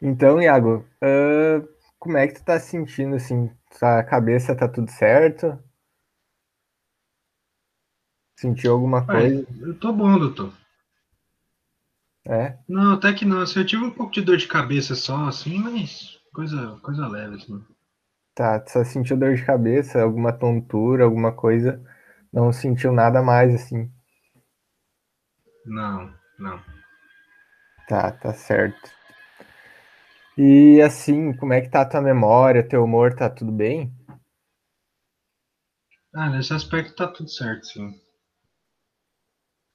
Então, Iago, ah, como é que tu tá se sentindo assim? Tua cabeça tá tudo certo? Sentiu alguma Ai, coisa? eu tô bom, doutor. É? Não, até que não. Assim, eu tive um pouco de dor de cabeça só, assim, mas coisa, coisa leve, assim. Tá, tu só sentiu dor de cabeça, alguma tontura, alguma coisa? Não sentiu nada mais assim. Não, não. Tá, tá certo. E assim, como é que tá a tua memória, teu humor, tá tudo bem? Ah, nesse aspecto tá tudo certo, sim.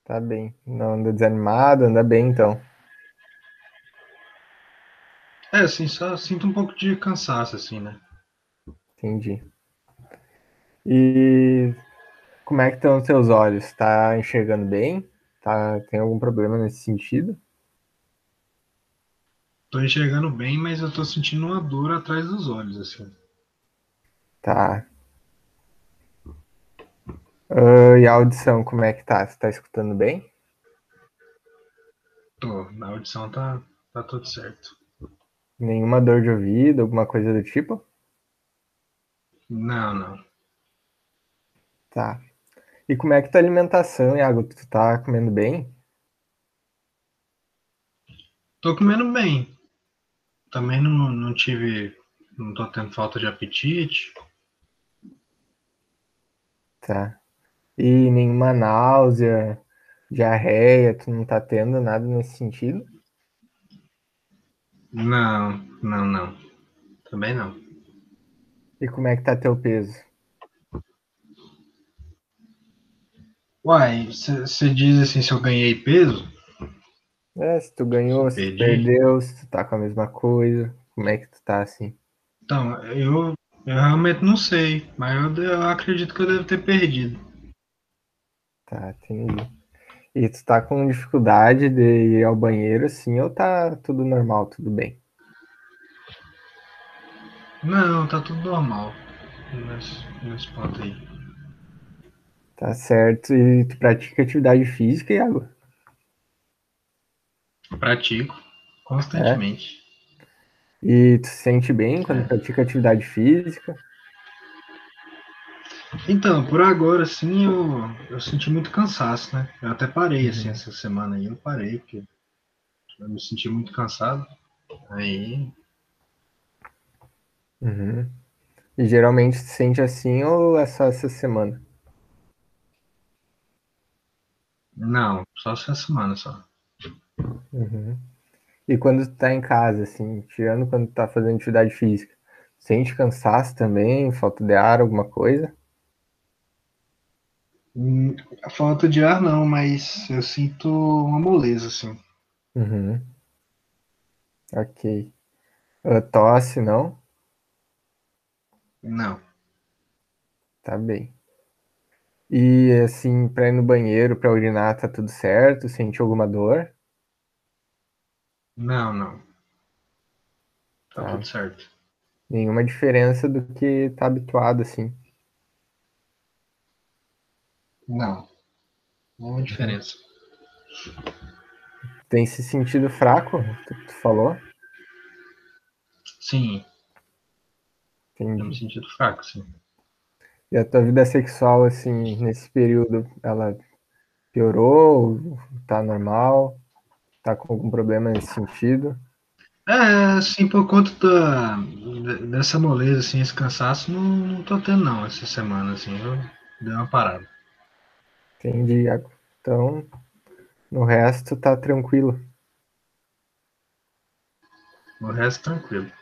Tá bem. Não anda desanimado, anda bem então. É, assim, só sinto um pouco de cansaço, assim, né? Entendi. E como é que estão os teus olhos? Tá enxergando bem? Tá, tem algum problema nesse sentido? Tô enxergando bem, mas eu tô sentindo uma dor atrás dos olhos, assim. Tá. Ah, e a audição, como é que tá? Você tá escutando bem? Tô, na audição tá, tá tudo certo. Nenhuma dor de ouvido, alguma coisa do tipo? Não, não. Tá. E como é que tua alimentação, Iago? Tu tá comendo bem? Tô comendo bem. Também não, não tive. Não tô tendo falta de apetite. Tá. E nenhuma náusea, diarreia, tu não tá tendo nada nesse sentido? Não, não, não. Também não. E como é que tá teu peso? Uai, você diz assim se eu ganhei peso? É, se tu Se ganhou, eu se tu perdi? perdeu, se tu tá com a mesma coisa, como é que tu tá assim? Então, eu, eu realmente não sei, mas eu, de- eu acredito que eu devo ter perdido. Tá, entendi. E tu tá com dificuldade de ir ao banheiro assim, ou tá tudo normal, tudo bem? Não, tá tudo normal nesse, nesse ponto aí. Tá certo. E tu pratica atividade física, Iago? Pratico É. constantemente. E tu se sente bem quando É. pratica atividade física? Então, por agora, assim, eu, eu senti muito cansaço, né? Eu até parei, assim, Uhum. essa semana aí, eu parei, porque eu me senti muito cansado. Aí, Uhum. E geralmente tu se sente assim ou é só essa semana? não, só essa semana só. Uhum. E quando tu tá em casa, assim, tirando quando tu tá fazendo atividade física, sente cansaço também, falta de ar, alguma coisa? Hum, A falta de ar não, mas eu sinto uma moleza, assim. Uhum. Ok. Ah, tosse, não? Não. Tá bem. E assim, pra ir no banheiro, pra urinar, tá tudo certo? Sente alguma dor? Não, não. Tá Tá. tudo certo. Nenhuma diferença do que tá habituado, assim. Não, nenhuma Uhum. diferença. Tem se sentido fraco, tu, tu falou? Sim, eu me Entendi. sentindo fraco, sim. E a tua vida sexual, assim, nesse período, ela piorou? Tá normal? Tá com algum problema nesse sentido? É, assim, por conta da, de- dessa moleza, assim, esse cansaço, não, não tô tendo não essa semana, assim, eu dei uma parada. Entendi, Iago. Então, no resto, tá tranquilo. No resto, tranquilo.